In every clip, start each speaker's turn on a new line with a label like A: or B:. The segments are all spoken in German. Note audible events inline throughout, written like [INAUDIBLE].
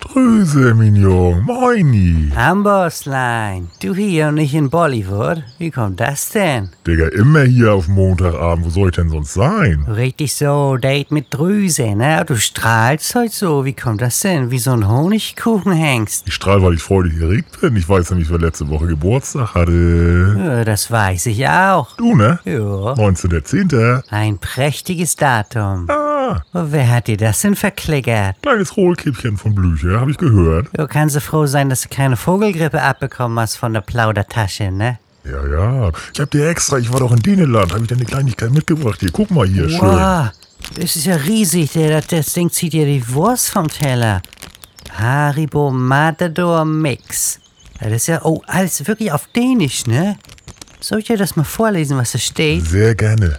A: Grüße, Mignon. Moini.
B: Ambosslein, du hier und nicht in Bollywood? Wie kommt das denn?
A: Digga, immer hier auf Montagabend. Wo soll ich denn sonst sein?
B: Richtig so, Date mit Drüse, ne? Du strahlst heute so. Wie kommt das denn? Wie so ein Honigkuchen hängst.
A: Ich strahle, weil ich freudig erregt bin. Ich weiß nämlich, wer letzte Woche Geburtstag hatte.
B: Ja, das weiß ich auch.
A: Du, ne?
B: Ja.
A: 19.10.
B: Ein prächtiges Datum.
A: Ah,
B: Wer hat dir das denn verklickert?
A: kleines Hohlkippchen von Blücher, habe ich gehört.
B: Du kannst froh sein, dass du keine Vogelgrippe abbekommen hast von der Plaudertasche, ne?
A: Ja, ja. Ich hab dir extra, ich war doch in Däneland, habe ich dir eine Kleinigkeit mitgebracht. Hier, guck mal hier, schön.
B: Wow, das ist ja riesig. Der, das- das Ding zieht dir die Wurst vom Teller. Haribo Matador Mix. Ja, Das ist ja, oh, alles wirklich auf Dänisch, ne? Soll ich dir das mal vorlesen, was da steht?
A: Sehr gerne.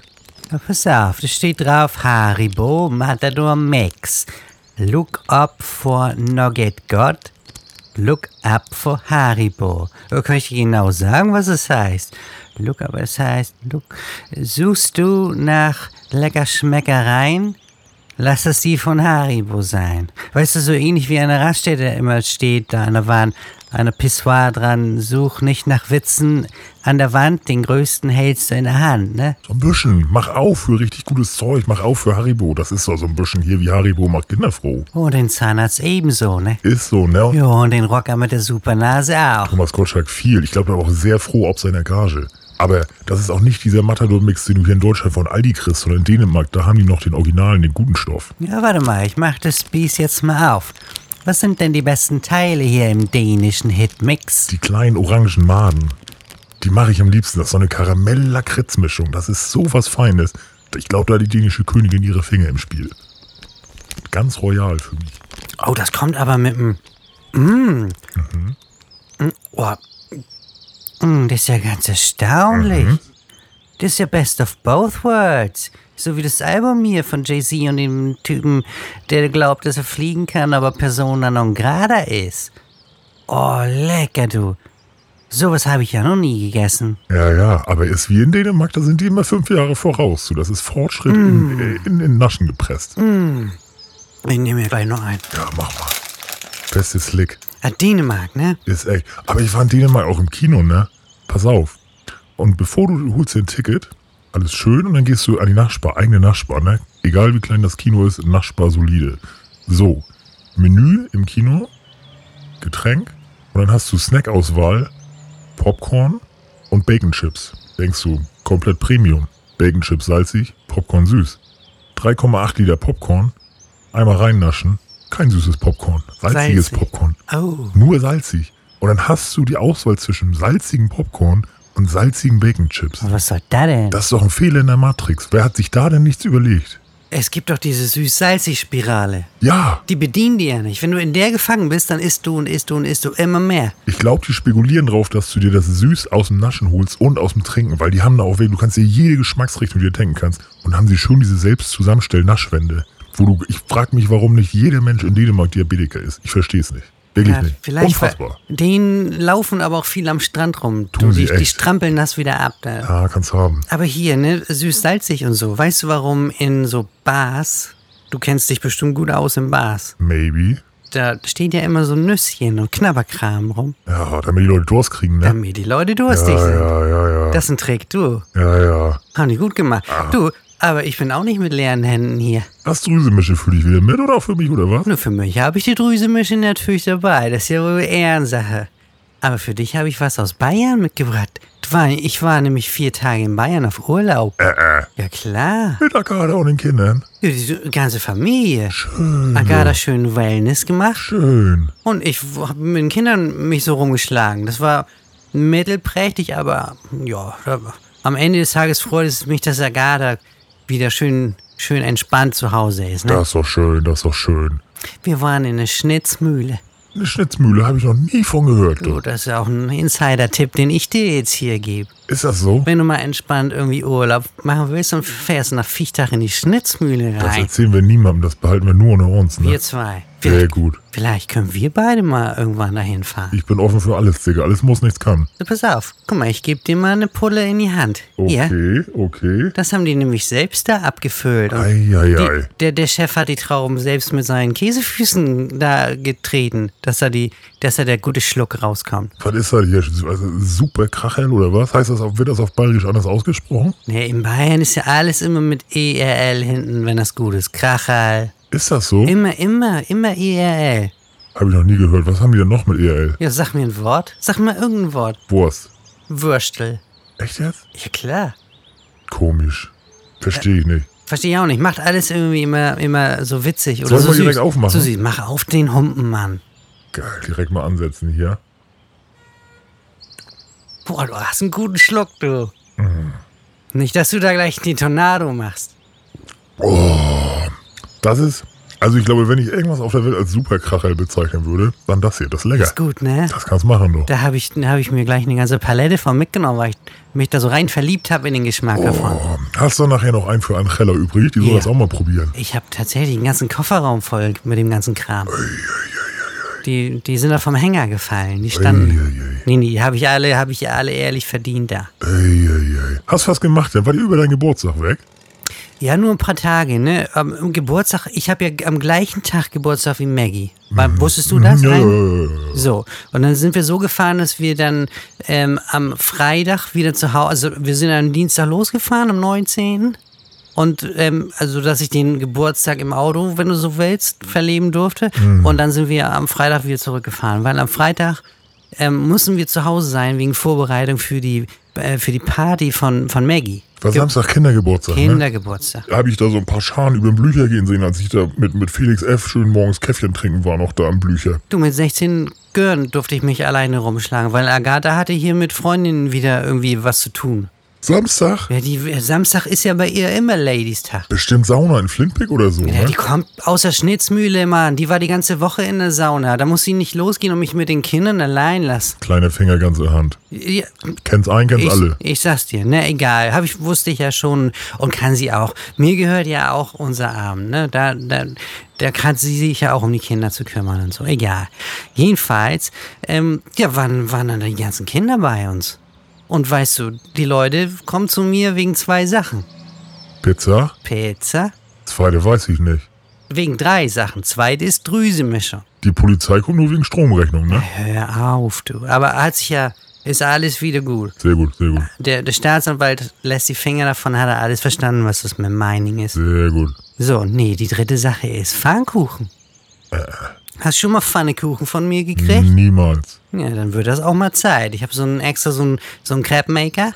B: Ja, pass auf, da steht drauf Haribo Matador Mix. Look up for Nugget God. Look up for Haribo. Da kann ich dir genau sagen, was es heißt. Look up, es heißt, look, suchst du nach lecker Schmeckereien? Lass es die von Haribo sein. Weißt du, so ähnlich wie an der Raststätte immer steht, da an der Wand, an der Pissoir dran, such nicht nach Witzen an der Wand, den größten hältst du in der Hand, ne?
A: So ein bisschen. Mach auf für richtig gutes Zeug. Mach auf für Haribo. Das ist doch so ein bisschen hier wie Haribo macht Kinder froh.
B: Oh, den Zahnarzt ebenso, ne?
A: Ist so, ne?
B: Ja, und den Rocker mit der Supernase auch.
A: Thomas Gottschalk viel. Ich glaube, er war auch sehr froh ob seiner Gage. Aber das ist auch nicht dieser Matador-Mix, den du hier in Deutschland von Aldi kriegst, sondern in Dänemark. Da haben die noch den Originalen, den guten Stoff.
B: Ja, warte mal, ich mach das Spieß jetzt mal auf. Was sind denn die besten Teile hier im dänischen Hitmix?
A: Die kleinen orangen Maden. Die mache ich am liebsten. Das ist so eine Karamell-Lakritz-Mischung. Das ist so was Feines. Ich glaube, da hat die dänische Königin ihre Finger im Spiel. Ganz royal für mich.
B: Oh, das kommt aber mit dem... Mm. Mm, Oh. Mm, das ist ja ganz erstaunlich. Das ist ja best of both worlds. So wie das Album hier von Jay-Z und dem Typen, der glaubt, dass er fliegen kann, aber Persona non grata ist. Oh, lecker, du. Sowas habe ich ja noch nie gegessen.
A: Ja, ja, aber ist wie in Dänemark, da sind die immer fünf Jahre voraus. So, das ist Fortschritt in, äh, in, in Naschen gepresst.
B: Ich nehme mir gleich noch ein.
A: Ja, mach mal. Beste Slick.
B: Ah, Dänemark, ne?
A: Ist echt. Aber ich war in Dänemark auch im Kino, ne? Pass auf. Und bevor du du holst dir ein Ticket, alles schön, und dann gehst du an die Nachspar, eigene Nachspar, ne? Egal wie klein das Kino ist, Nachspar solide. So, Menü im Kino, Getränk, und dann hast du Snackauswahl, Popcorn und Bacon Chips. Denkst du, komplett Premium. Bacon Chips salzig, Popcorn süß. 3,8 Liter Popcorn, einmal reinnaschen, kein süßes Popcorn, salziges
B: Salzig.
A: Popcorn
B: Oh.
A: nur salzig. Und dann hast du die Auswahl zwischen salzigem Popcorn und salzigen Bacon Chips.
B: Was soll da denn?
A: Das ist doch ein Fehler in der Matrix. Wer hat sich da denn nichts überlegt?
B: Es gibt doch diese süß-salzig-Spirale.
A: Ja,
B: Die bedienen die ja nicht. Wenn du in der gefangen bist, dann isst du und isst du und isst du immer mehr.
A: ich glaube, die spekulieren drauf, dass du dir das süß aus dem Naschen holst und aus dem Trinken, weil die haben da auch weg. Du kannst dir jede Geschmacksrichtung, die du denken kannst. Und haben sie schön diese selbst zusammenstellen Naschwände. Wo du, ich frage mich, warum nicht jeder Mensch in Dänemark Diabetiker ist. Ich verstehe es nicht. Wirklich
B: Ja,
A: nicht.
B: vielleicht
A: Unfassbar.
B: Den laufen aber auch viel am Strand rum.
A: Tun sie
B: die, die
A: echt.
B: strampeln das wieder ab. Da.
A: Ja, kannst haben.
B: Aber hier, ne, süß-salzig und so. Weißt du, warum in so Bars, du kennst dich bestimmt gut aus in Bars,
A: Maybe.
B: da stehen ja immer so Nüsschen und Knabberkram rum,
A: Ja, damit die Leute Durst kriegen, ne?
B: damit die Leute durstig
A: Ja,
B: sind.
A: ja, ja, ja.
B: Das ist ein Trick, du.
A: Ja, ja.
B: Haben die gut gemacht.
A: Ah.
B: Du, aber ich bin auch nicht mit leeren Händen hier.
A: Das Drüsemische für dich wieder mit oder für mich oder was?
B: Nur für mich habe ich die Drüsemische natürlich dabei. Das ist ja wohl Ehrensache. Aber für dich habe ich was aus Bayern mitgebracht. Du war- Ich war nämlich vier Tage in Bayern auf Urlaub.
A: Äh, äh.
B: Ja klar.
A: Mit Agada und den Kindern.
B: Ja, Die ganze Familie.
A: Schön.
B: Agada schön Wellness gemacht.
A: Schön.
B: Und ich habe mit den Kindern mich so rumgeschlagen. Das war mittelprächtig, aber ja, da- am Ende des Tages freut es mich, dass Agada wieder schön, schön entspannt zu Hause ist. Ne?
A: Das ist doch schön, das ist doch schön.
B: Wir waren in der Schnitzmühle.
A: Eine Schnitzmühle habe ich noch nie von gehört.
B: Du,
A: Du.
B: das ist auch ein Insider-Tipp, den ich dir jetzt hier gebe.
A: Ist das so?
B: Wenn du mal entspannt irgendwie Urlaub machen willst und fährst nach Viechtach in die Schnitzmühle
A: Das
B: rein.
A: erzählen wir niemandem, das behalten wir nur unter uns. Ne?
B: Wir zwei.
A: Sehr gut.
B: Vielleicht können wir beide mal irgendwann dahin fahren.
A: Ich bin offen für alles, Digga. Alles muss, nichts kann.
B: So, pass auf. Guck mal, ich gebe dir mal eine Pulle in die Hand. Hier.
A: Okay, okay.
B: Das haben die nämlich selbst da abgefüllt. Und
A: Eieiei.
B: die, der, der Chef hat die Trauben selbst mit seinen Käsefüßen da getreten, dass da, die, dass da der gute Schluck rauskommt.
A: Was ist das hier? Also, Super Kacheln oder was? Heißt das, auf- wird das auf Bayerisch anders ausgesprochen?
B: Nee, in Bayern ist ja alles immer mit ERL hinten, wenn das gut ist. Krachal.
A: Ist das so?
B: Immer, immer, immer ERL.
A: Habe ich noch nie gehört. Was haben die denn noch mit ERL?
B: Ja, sag mir ein Wort. Sag mal irgendein Wort.
A: Wurst.
B: Würstel.
A: Echt jetzt?
B: Ja, klar.
A: Komisch. Verstehe ich nicht.
B: Verstehe ich auch nicht. Macht alles irgendwie immer, immer so witzig oder
A: Sollen
B: so
A: wir
B: süß.
A: direkt aufmachen?
B: So süß. Mach auf den Humpen, Mann.
A: Geil, direkt mal ansetzen hier.
B: Boah, du hast einen guten Schluck, du. Nicht, dass du da gleich die Tornado machst.
A: Das ist, also ich glaube, wenn ich irgendwas auf der Welt als Superkracherl bezeichnen würde, dann das hier, das ist lecker.
B: Ist gut, ne?
A: Das kannst machen, du.
B: Da habe ich, da hab ich mir gleich eine ganze Palette von mitgenommen, weil ich mich da so rein verliebt habe in den Geschmack davon.
A: Oh, hast du nachher noch einen für Angela übrig? Die soll
B: Ja.
A: das auch mal probieren.
B: Ich habe tatsächlich den ganzen Kofferraum voll mit dem ganzen Kram. Die, die sind da vom Hänger gefallen. Die
A: Ei,
B: standen.
A: ei,
B: Nee, nee, habe ich alle, habe ich alle ehrlich verdient da.
A: ei, ei, ei. Hast was gemacht, dann war die über deinen Geburtstag weg.
B: Ja, nur ein paar Tage, ne? Am, am Geburtstag, ich habe ja am gleichen Tag Geburtstag wie Maggie. Wa- Wusstest du das?
A: Mhm. Ja, ja,
B: Ein-
A: ja, ja, ja.
B: So, und dann sind wir so gefahren, dass wir dann ähm, am Freitag wieder zu Hause, also wir sind am Dienstag losgefahren, am 19. Und ähm, also, dass ich den Geburtstag im Auto, wenn du so willst, verleben durfte. Und dann sind wir am Freitag wieder zurückgefahren, weil am Freitag ähm, mussten wir zu Hause sein wegen Vorbereitung für die, äh, für die Party von, von Maggie.
A: War
B: Ge-
A: Samstag Kindergeburtstag, ne?
B: Kindergeburtstag.
A: habe ich da so ein paar Scharen über den Blücher gehen sehen, als ich da mit, mit Felix F. schön morgens Käffchen trinken war, noch da am Blücher.
B: Du, mit 16 Gören durfte ich mich alleine rumschlagen, weil Agatha hatte hier mit Freundinnen wieder irgendwie was zu tun.
A: Samstag?
B: Ja, die, Samstag ist ja bei ihr immer Ladies-Tag.
A: Bestimmt Sauna in Flintpick oder so,
B: Ja,
A: ne?
B: die kommt aus der Schnitzmühle, Mann. Die war die ganze Woche in der Sauna. Da muss sie nicht losgehen und mich mit den Kindern allein lassen.
A: Kleine Finger, ganze Hand.
B: Ja,
A: Kennt's ein, kennt's
B: ich,
A: alle.
B: ich sag's dir, ne, egal. Hab ich, wusste ich ja schon und kann sie auch. Mir gehört ja auch unser Abend, ne? Da, da, da kann sie sich ja auch um die Kinder zu kümmern und so. Egal. Jedenfalls, ähm, ja, waren, waren dann die ganzen Kinder bei uns. Und weißt du, die Leute kommen zu mir wegen zwei Sachen.
A: Pizza?
B: Pizza
A: Zweite weiß ich nicht.
B: Wegen drei Sachen. Zweite ist Drüsemischung.
A: Die Polizei kommt nur wegen Stromrechnung, ne?
B: Hör auf, du. Aber hat sich ja, ist alles wieder gut.
A: Sehr gut, sehr gut,
B: Der, der Staatsanwalt lässt die Finger davon, hat er alles verstanden, was das mit Mining ist.
A: sehr gut.
B: So, nee, die dritte Sache ist Pfannkuchen. Hast du schon mal Pfannekuchen von mir gekriegt?
A: Niemals.
B: Ja, dann wird das auch mal Zeit. Ich habe so einen extra, so einen, so einen Crepe-Maker.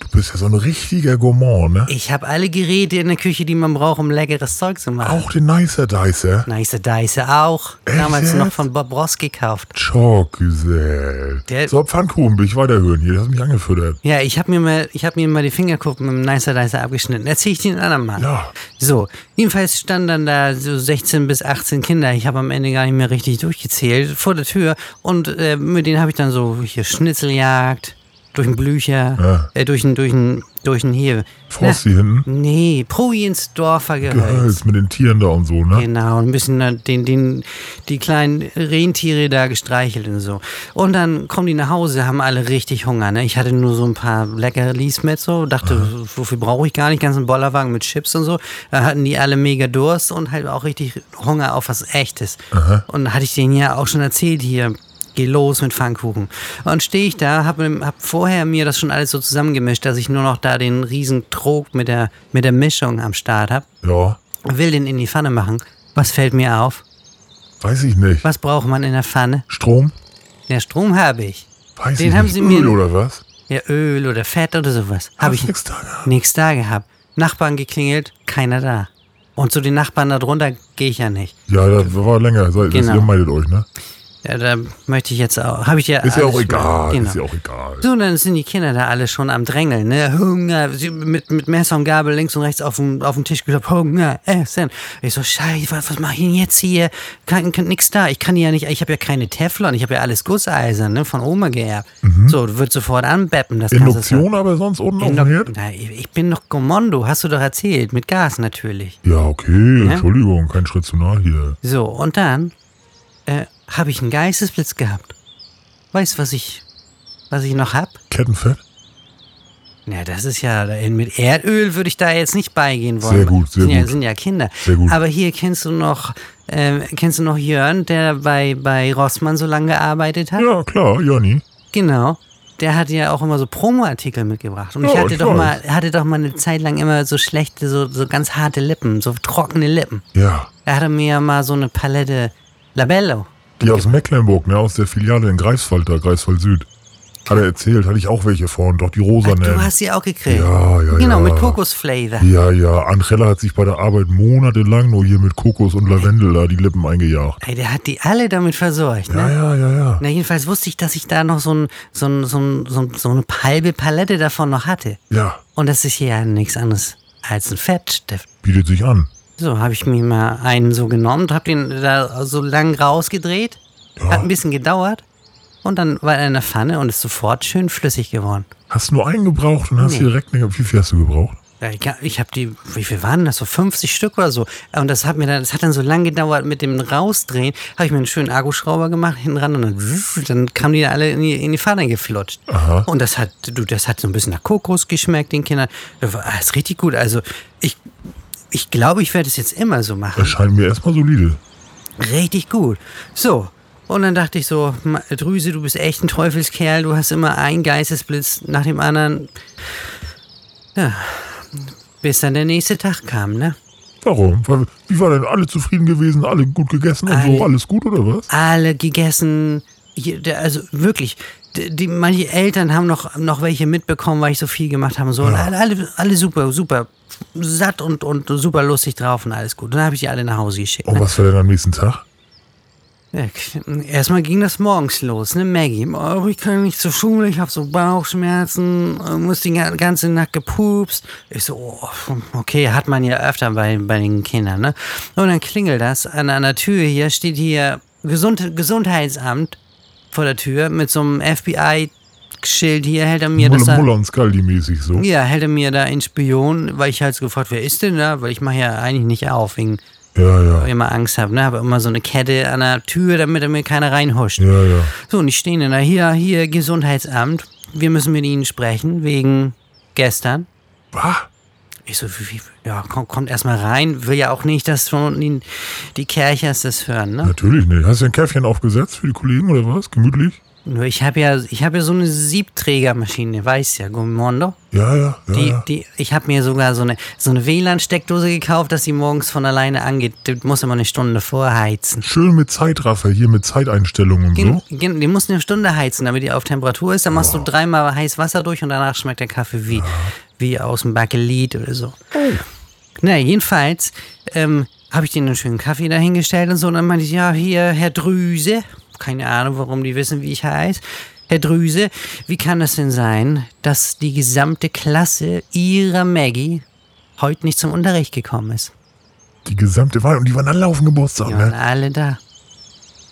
A: Du bist ja so ein richtiger Gourmand, ne?
B: Ich habe alle Geräte in der Küche, die man braucht, um leckeres Zeug zu machen.
A: Auch den Nicer Dicer.
B: Nice Dice auch.
A: Echt
B: Damals noch
A: jetzt?
B: von Bob Ross gekauft.
A: Schockgesell.
B: Der-
A: So, Pfannkuchen, bin ich weiterhören hier. Das hat mich angefüttert.
B: Ja, ich hab mir mal, ich hab mir mal die Fingerkuppen mit dem Nicer Dicer abgeschnitten. Erzähl ich dir einen anderen Mal.
A: Ja.
B: So, jedenfalls standen dann da so 16 bis 18 Kinder. Ich habe am Ende gar nicht mehr richtig durchgezählt vor der Tür und äh, mit denen habe ich dann so hier Schnitzeljagd durch den Blücher, äh, durch den durch den durch den hier.
A: Fausti hinten.
B: Nee, Projinsdorfer Gehölz.
A: Gehölz mit den Tieren da und so, ne?
B: Genau, und ein bisschen dann den, den, die kleinen Rentiere da gestreichelt und so. Und dann kommen die nach Hause, haben alle richtig Hunger. Ne? Ich hatte nur so ein paar Leckerlis mit so, dachte, wofür brauche ich gar nicht, ganzen Bollerwagen mit Chips und so. Da hatten die alle mega Durst und halt auch richtig Hunger auf was Echtes. Und hatte ich denen ja auch schon erzählt hier. Geh los mit Pfannkuchen. Und stehe ich da, habe hab vorher mir das schon alles so zusammengemischt, dass ich nur noch da den riesen Trog mit der, mit der Mischung am Start habe
A: Ja.
B: will den in die Pfanne machen. Was fällt mir auf?
A: Weiß ich nicht.
B: Was braucht man in der Pfanne?
A: Strom?
B: Der Strom habe ich.
A: Weiß
B: Den
A: ich
B: haben
A: nicht.
B: sie mir-
A: Öl oder was?
B: Ja, Öl oder Fett oder sowas.
A: [LAUGHS]
B: Habe ich
A: nichts da gehabt.
B: nichts da gehabt. Nachbarn geklingelt, keiner da. Und zu den Nachbarn da drunter gehe ich ja nicht.
A: Ja, das war länger. Seid,
B: Genau.
A: das, ihr meidet euch, ne?
B: Ja, da möchte ich jetzt auch. Habe ich ja.
A: Ist ja
B: alles
A: auch
B: schon-
A: egal.
B: Genau.
A: Ist ja auch egal.
B: So, und dann sind die Kinder da alle schon am Drängeln, ne? Hunger, sie mit, mit Messer und Gabel links und rechts auf dem, auf dem Tisch gesagt, Hunger, essen. Ich so, scheiße, was, was mach ich denn jetzt hier? Kann, kann, nix da, ich kann ja nicht, ich habe ja keine Teflon, ich habe ja alles Gusseisen, ne? Von Oma geerbt. So, wird sofort anbeppen, das
A: Induktion aber sonst unten auf dem
B: Induktion?
A: Herd?
B: Na, ich ich bin doch Kommando, hast du doch erzählt, mit Gas natürlich.
A: Ja, okay. Entschuldigung, kein Schritt zu nah hier.
B: So, und dann äh, habe ich einen Geistesblitz gehabt. Weißt du, was ich, was ich noch hab?
A: Kettenfett?
B: Na, das ist ja, mit Erdöl würde ich da jetzt nicht beigehen wollen.
A: Sehr gut, sehr
B: sind ja,
A: gut.
B: Sind ja Kinder.
A: Sehr gut.
B: Aber hier kennst du noch, ähm, kennst du noch Jörn, der bei, bei Rossmann so lange gearbeitet hat?
A: Ja, klar, Jonny.
B: Genau. Der hat ja auch immer so Promo-Artikel mitgebracht. Und
A: Ja,
B: ich hatte
A: ich
B: doch
A: weiß.
B: mal, hatte doch mal eine Zeit lang immer so schlechte, so, so ganz harte Lippen, so trockene Lippen.
A: Ja.
B: Da hat er mir ja mal so eine Palette Labello.
A: Die aus Mecklenburg, ne, aus der Filiale in Greifswald, da Greifswald Süd. Hat er erzählt, hatte ich auch welche vorhin, doch die rosa
B: Du
A: nennen.
B: hast sie auch gekriegt.
A: Ja, ja,
B: Genau,
A: ja.
B: mit Kokosflavor.
A: Ja, ja, Angela hat sich bei der Arbeit monatelang nur hier mit Kokos und Lavendel da die Lippen eingejagt.
B: Ey, der hat die alle damit versorgt, ne?
A: Ja, ja, ja, ja.
B: Na, jedenfalls wusste ich, dass ich da noch so, ein, so, ein, so, ein, so, ein, so eine halbe Palette davon noch hatte.
A: Ja,
B: Und das ist hier ja nichts anderes als ein Fettstift.
A: bietet sich an.
B: So, habe ich mir mal einen so genommen, habe den da so lang rausgedreht, hat ein bisschen gedauert und dann war er in der Pfanne und ist sofort schön flüssig geworden.
A: Hast nur einen gebraucht und hast
B: Nee.
A: direkt eine, wie viel hast du gebraucht?
B: Ja, Ich, ich habe die, wie viel waren das? So 50 Stück oder so. Und das hat mir dann, das hat dann so lange gedauert mit dem Rausdrehen. Habe ich mir einen schönen Akkuschrauber gemacht hinten ran und dann, dann kamen die alle in die, in die Pfanne geflutscht.
A: Aha.
B: Und das hat, du, das hat so ein bisschen nach Kokos geschmeckt den Kindern. Das war- das ist richtig gut. Also ich, ich glaube, ich werde es jetzt immer so machen.
A: Das scheint mir erstmal solide.
B: Richtig gut. So. Und dann dachte ich so, Ma- Drüse, du bist echt ein Teufelskerl, du hast immer einen Geistesblitz nach dem anderen. Ja. Bis dann der nächste Tag kam, ne?
A: Warum? Weil- Wie war denn alle zufrieden gewesen, alle gut gegessen und so,
B: Alle-
A: alles gut oder was?
B: Alle gegessen. Hier, der- Also wirklich, die, die, manche Eltern haben noch, noch welche mitbekommen, weil ich so viel gemacht habe. und So. Und alle, alle, alle super, super satt und, und super lustig drauf und alles gut. Und dann habe ich die alle nach Hause geschickt.
A: Oh,
B: Ne?
A: was war denn am nächsten Tag?
B: Ja, k- Erstmal ging das morgens los, ne, Maggie? Oh, ich kann nicht zur Schule, ich habe so Bauchschmerzen, äh, muss die ga- ganze Nacht gepupst. Ich so, oh, okay, hat man ja öfter bei, bei den Kindern, ne? Und dann klingelt das an einer Tür hier, steht hier Gesund Gesundheitsamt vor der Tür mit so einem FBI-Schild hier, hält er mir das
A: Muller,
B: da.
A: Muller und Skaldi mäßig so.
B: Ja, hält er mir da einen Spion, weil ich halt so gefragt, wer ist denn da? Weil ich mache ja eigentlich nicht auf wegen
A: Ja, ja.
B: weil ich immer Angst habe, ne? Habe immer so eine Kette an der Tür, damit er mir keiner reinhuscht.
A: Ja, ja.
B: So, und ich stehe dann da, hier, hier, Gesundheitsamt. Wir müssen mit Ihnen sprechen, wegen gestern.
A: Bah,
B: Ich so, wie, wie, ja, kommt, kommt erstmal rein. Will ja auch nicht, dass von unten die, die Kerchers das hören, ne?
A: natürlich nicht. Hast du ein Käffchen aufgesetzt für die Kollegen oder was? Gemütlich?
B: Nur ich habe ja, ich habe ja so eine Siebträgermaschine, weißt ja, Gummondo.
A: Ja, ja, ja.
B: Die,
A: ja.
B: die, ich habe mir sogar so eine, so eine WLAN-Steckdose gekauft, dass sie morgens von alleine angeht. Die muss immer eine Stunde vorheizen.
A: Schön mit Zeitraffer, hier mit Zeiteinstellungen und
B: Gen,
A: so.
B: gen, die muss eine Stunde heizen, damit die auf Temperatur ist. Dann machst du dreimal heiß Wasser durch und danach schmeckt der Kaffee wie, wie aus dem Bakelit oder so. Na, jedenfalls ähm, habe ich denen einen schönen Kaffee dahingestellt und so. Und dann meinte ich, ja, hier, Herr Drüse. Keine Ahnung, warum die wissen, wie ich heiße. Herr Drüse, wie kann das denn sein, dass die gesamte Klasse ihrer Maggie heute nicht zum Unterricht gekommen ist?
A: Die gesamte Wahl. Und die waren alle auf dem Geburtstag,
B: Die waren
A: ne?
B: alle da.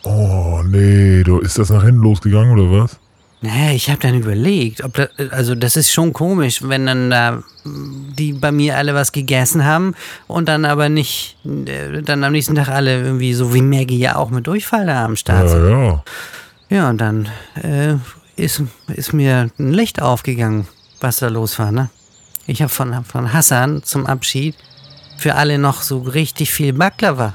A: Oh, nee, du, ist das nach hinten losgegangen oder was?
B: Naja, ich habe dann überlegt, ob da, also das ist schon komisch, wenn dann da mh, die bei mir alle was gegessen haben und dann aber nicht, äh, dann am nächsten Tag alle irgendwie so wie Maggie ja auch mit Durchfall da am Start. sind.
A: Ja, ja.
B: Ja, und dann äh, ist, ist mir ein Licht aufgegangen, was da los war, ne? Ich habe von, von Hassan zum Abschied für alle noch so richtig viel Baklava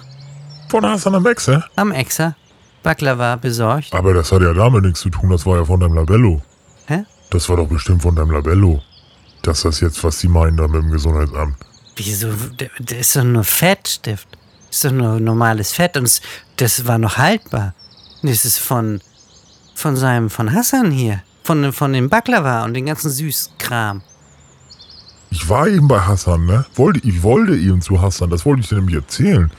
A: Von Hassan am Wechsel.
B: am Exer, Baklava besorgt.
A: Aber das hat ja damit nichts zu tun, das war ja von deinem Labello.
B: Hä?
A: Das war doch bestimmt von deinem Labello. Dass das jetzt, was sie meinen da mit dem Gesundheitsamt.
B: Wieso? D- Das ist doch nur Fettstift. Das ist doch nur normales Fett und es- das war noch haltbar. Das ist von, von seinem, von Hassan hier. Von, von dem Baklava und den ganzen Süßkram.
A: Ich war eben bei Hassan, ne? Wollte, ich wollte eben zu Hassan, das wollte ich dir nämlich erzählen.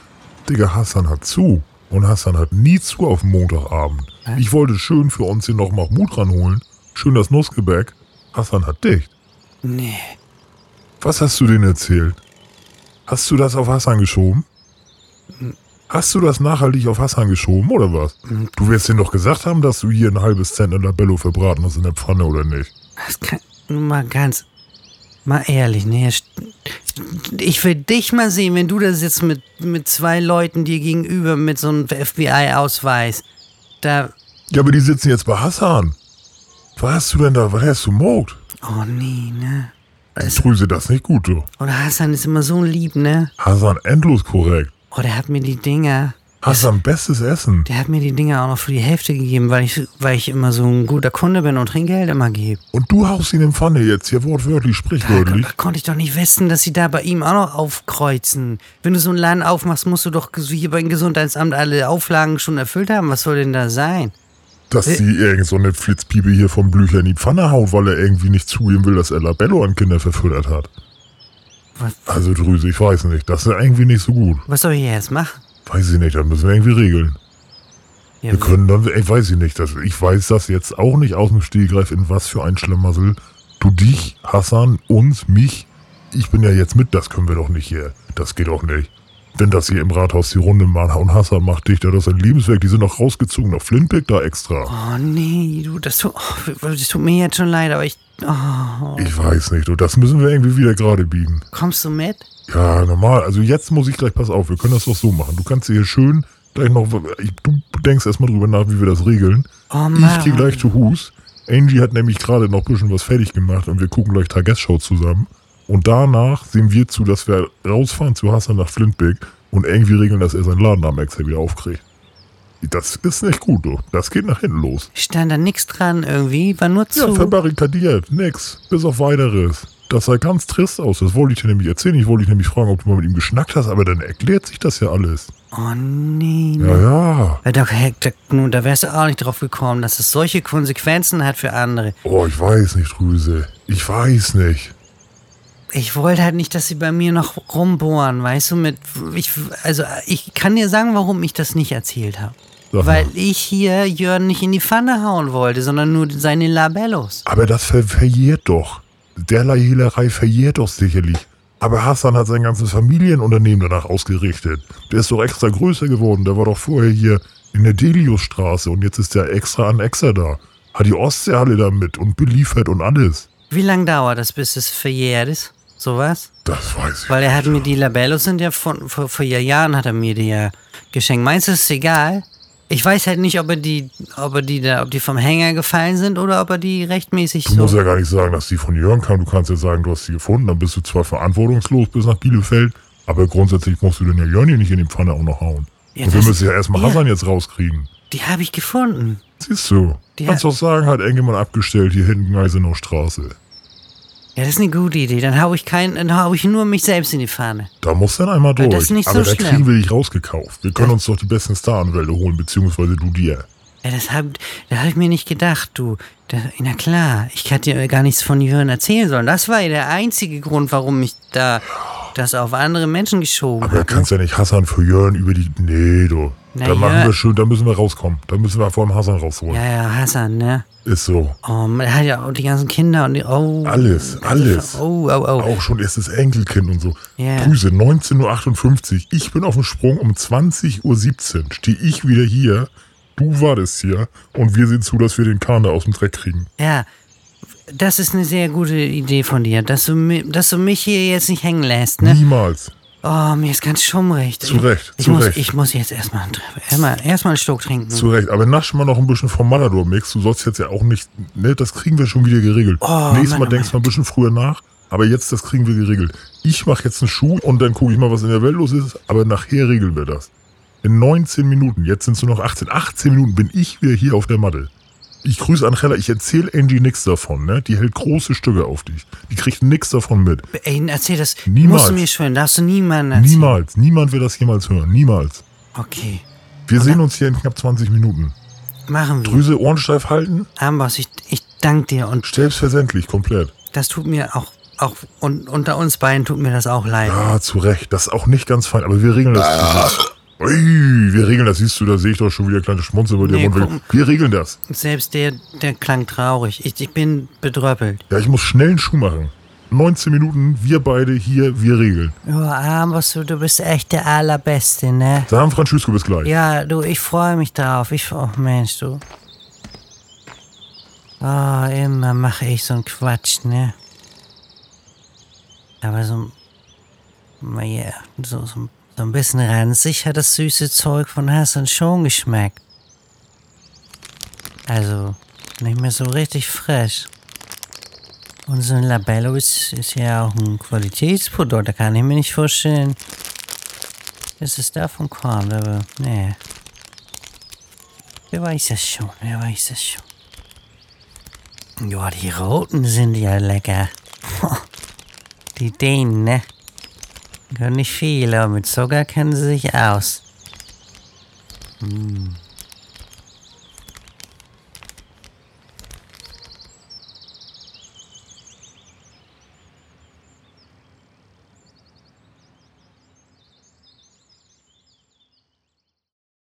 A: Digga, Hassan hat zu. Und Hassan hat nie zu auf dem Montagabend. Ich wollte schön für uns hier noch Mahmoud ranholen. Schön das Nussgebäck. Hassan hat dicht.
B: Nee.
A: Was hast du denen erzählt? Hast du das auf Hassan geschoben? Hast du das nachhaltig auf Hassan geschoben oder was? Du wirst denen doch gesagt haben, dass du hier ein halbes Cent in Labello verbraten hast in der Pfanne oder nicht?
B: Das kann, nun mal ganz. Mal ehrlich, nee, st- ich will dich mal sehen, wenn du da sitzt mit, mit zwei Leuten dir gegenüber mit so einem FBI-Ausweis. Da,
A: Ja, aber die sitzen jetzt bei Hassan. Was hast du denn da? Was hast du gemoggt?
B: oh nee, ne?
A: Ich trüse das nicht gut, du.
B: Und Hassan ist immer so lieb, ne?
A: Hassan endlos korrekt.
B: Oh, der hat mir die Dinger,
A: Hassan bestes Essen.
B: der hat mir die Dinger auch noch für die Hälfte gegeben, weil ich, weil ich immer so ein guter Kunde bin und Trinkgeld immer gebe.
A: Und du haust ihn in Pfanne jetzt, hier wortwörtlich, sprichwörtlich.
B: Da konnte ich doch nicht wissen, dass sie da bei ihm auch noch aufkreuzen. Wenn du so einen Laden aufmachst, musst du doch hier beim Gesundheitsamt alle Auflagen schon erfüllt haben. Was soll denn da sein?
A: Dass sie irgend so eine Flitzpiepe hier vom Blücher in die Pfanne haut, weil er irgendwie nicht zugeben will, dass er Labello an Kinder verfüttert hat.
B: Was?
A: Also Drüse, ich weiß nicht. Das ist ja irgendwie nicht so gut.
B: Was soll ich jetzt machen?
A: Weiß ich nicht, das müssen wir irgendwie regeln.
B: Ja,
A: Wir können dann, ich weiß ich nicht, das, ich weiß das jetzt auch nicht aus dem Stehgreif, in was für ein Schlamassel du dich, Hassan, uns, mich, ich bin ja jetzt mit, das können wir doch nicht hier, das geht doch nicht. Wenn das hier im Rathaus die Runde macht und Hassan macht dich, da das ist ein Lebenswerk, die sind auch rausgezogen nach Flintpick da extra.
B: Oh nee, du, das tut, oh, das tut mir jetzt schon leid, aber ich. Oh,
A: Ich weiß nicht, du, das müssen wir irgendwie wieder gerade biegen.
B: kommst du mit?
A: Ja, normal, also jetzt muss ich gleich, pass auf, wir können das doch so machen. Du kannst hier schön gleich noch, ich, du denkst erstmal drüber nach, wie wir das regeln.
B: Oh
A: Ich gehe
B: Mann.
A: gleich zu Hus. Angie hat nämlich gerade noch ein bisschen was fertig gemacht und wir gucken gleich Tagesschau zusammen. Und danach sehen wir zu, dass wir rausfahren zu Hassan nach Flintbeck und irgendwie regeln, dass er seinen Laden am extra wieder aufkriegt. Das ist nicht gut, du. Das geht nach hinten los.
B: Stand da nichts dran irgendwie, war nur
A: Ja,
B: zu.
A: verbarrikadiert, nix. Bis auf weiteres. Das sah ganz trist aus. Das wollte ich dir nämlich erzählen. Ich wollte dich nämlich fragen, ob du mal mit ihm geschnackt hast, aber dann erklärt sich das ja alles.
B: oh nee.
A: Ja, ja.
B: Weil Da, da, nun, da wärst du auch nicht drauf gekommen, dass es solche Konsequenzen hat für andere.
A: Oh, ich weiß nicht, Rüse. Ich weiß nicht.
B: Ich wollte halt nicht, dass sie bei mir noch rumbohren, weißt du, mit. Ich, also, ich kann dir sagen, warum ich das nicht erzählt habe.
A: Sag
B: Weil
A: mal.
B: ich hier Jörn nicht in die Pfanne hauen wollte, sondern nur seine Labellos.
A: Aber das ver verjährt doch. Derlei Hehlerei verjährt doch sicherlich. Aber Hassan hat sein ganzes Familienunternehmen danach ausgerichtet. Der ist doch extra größer geworden. Der war doch vorher hier in der Deliusstraße und jetzt ist der extra an Extra da. Hat die Ostseehalle damit und beliefert und alles.
B: Wie lange dauert das, bis es verjährt ist? Sowas?
A: Das weiß ich.
B: Weil er hat mir die Labellos sind ja von, vor, vor Jahren hat er mir die ja geschenkt. Meinst du, ist egal? Ich weiß halt nicht, ob er die, ob er die da, ob die vom Hänger gefallen sind oder ob er die rechtmäßig
A: Du musst
B: so.
A: ja gar nicht sagen, dass die von Jörn kam. Du kannst ja sagen, du hast sie gefunden. Dann bist du zwar verantwortungslos bis nach Bielefeld, aber grundsätzlich musst du den ja Jörn hier nicht in die Pfanne auch noch hauen.
B: Ja,
A: und wir
B: das-
A: müssen ja erstmal
B: ja.
A: Hassan jetzt rauskriegen.
B: Die habe ich gefunden.
A: Siehst du,
B: Die
A: kannst
B: hat-
A: doch sagen, hat irgendjemand abgestellt hier hinten Geisenau Straße.
B: Ja, das ist eine gute Idee. Dann hau ich keinen, dann hau ich nur mich selbst in die Pfanne.
A: Da muss dann einmal
B: Ja,
A: durch.
B: das ist nicht
A: Aber
B: so
A: da
B: schlimm.
A: kriegen wir dich rausgekauft. Wir können uns doch die besten Staranwälte holen, beziehungsweise du dir.
B: Ja, das hab, da habe ich mir nicht gedacht, du. Da, na klar, ich hatte dir gar nichts von Jörn erzählen sollen. Das war ja der einzige Grund, warum ich da das auf andere Menschen geschoben
A: Aber da
B: habe.
A: kannst ja nicht Hassan für Jörn über die. Nee, du.
B: Na
A: da
B: ja.
A: machen wir schön, da müssen wir rauskommen. Da müssen wir vor dem Hassan rausholen.
B: Ja, ja, Hassan, ne?
A: Ist so.
B: Oh, man er hat ja auch die ganzen Kinder und die. Oh.
A: Alles, alles.
B: Oh, oh, oh.
A: Auch schon erstes Enkelkind und so.
B: Ja.
A: Grüße, 19.58 Uhr. Ich bin auf dem Sprung um 20.17 Uhr. Stehe ich wieder hier. Du wartest hier. Und wir sehen zu, dass wir den Kahn da aus dem Dreck kriegen.
B: Ja, das ist eine sehr gute Idee von dir, dass du, mi- dass du mich hier jetzt nicht hängen lässt, ne?
A: Niemals.
B: Oh, mir ist ganz schummrig.
A: Zu Recht,
B: Ich,
A: zu
B: muss,
A: Recht.
B: ich muss jetzt erstmal erstmal, erstmal einen Schluck trinken.
A: Zu Recht, aber nasch mal noch ein bisschen vom Matador-Mix. Du sollst jetzt ja auch nicht, ne, das kriegen wir schon wieder geregelt.
B: Oh,
A: Nächstes
B: Mann,
A: Mal
B: oh,
A: denkst du mal ein bisschen früher nach, aber jetzt, das kriegen wir geregelt. Ich mache jetzt einen Schuh und dann gucke ich mal, was in der Welt los ist, aber nachher regeln wir das. In 19 Minuten, jetzt sind es nur noch 18, 18 Minuten bin ich wieder hier auf der Matte. Ich grüße Angela, ich erzähle Angie nichts davon, ne? Die hält große Stücke auf dich. Die kriegt nichts davon mit.
B: Ey, erzähl das.
A: Niemals.
B: Musst du mir schwören, darfst du niemandem erzählen.
A: Niemals, niemand wird das jemals hören, niemals.
B: Okay,
A: Wir sehen uns hier in knapp 20 Minuten.
B: machen wir.
A: Drüse Ohren steif halten,
B: Amboss, ich, ich danke dir und
A: selbstverständlich, komplett.
B: das tut mir auch, auch und unter uns beiden tut mir das auch leid.
A: Ah, zu Recht. Das ist auch nicht ganz fein, aber wir regeln das. Ui, wir regeln das, siehst du, da sehe ich doch schon wieder kleine Schmunzel bei dir.
B: Nee,
A: im Mund. wir regeln das.
B: Selbst der, der klang traurig. Ich, ich bin bedröppelt.
A: Ja, ich muss schnell einen Schuh machen. 19 Minuten, wir beide hier, wir regeln.
B: Oh, Amboss, du, du bist echt der Allerbeste, ne?
A: San Francisco, bis gleich.
B: Ja, du, ich freue mich drauf. Ich, oh Mensch, du. Ah, Oh, immer mache ich so einen Quatsch, ne? Aber so, naja, so, so, so ein bisschen ranzig hat das süße Zeug von Hassan schon geschmeckt. Also, nicht mehr so richtig frisch. Und so ein Labello ist, ist ja auch ein Qualitätsprodukt, da kann ich mir nicht vorstellen, dass es davon kommt, aber nee. Wer weiß das schon, wer weiß das schon. Ja, die Roten sind ja lecker. [LAUGHS] Die Dänen, ne? Können nicht viel, aber mit Zucker kennen sie sich aus. Mm.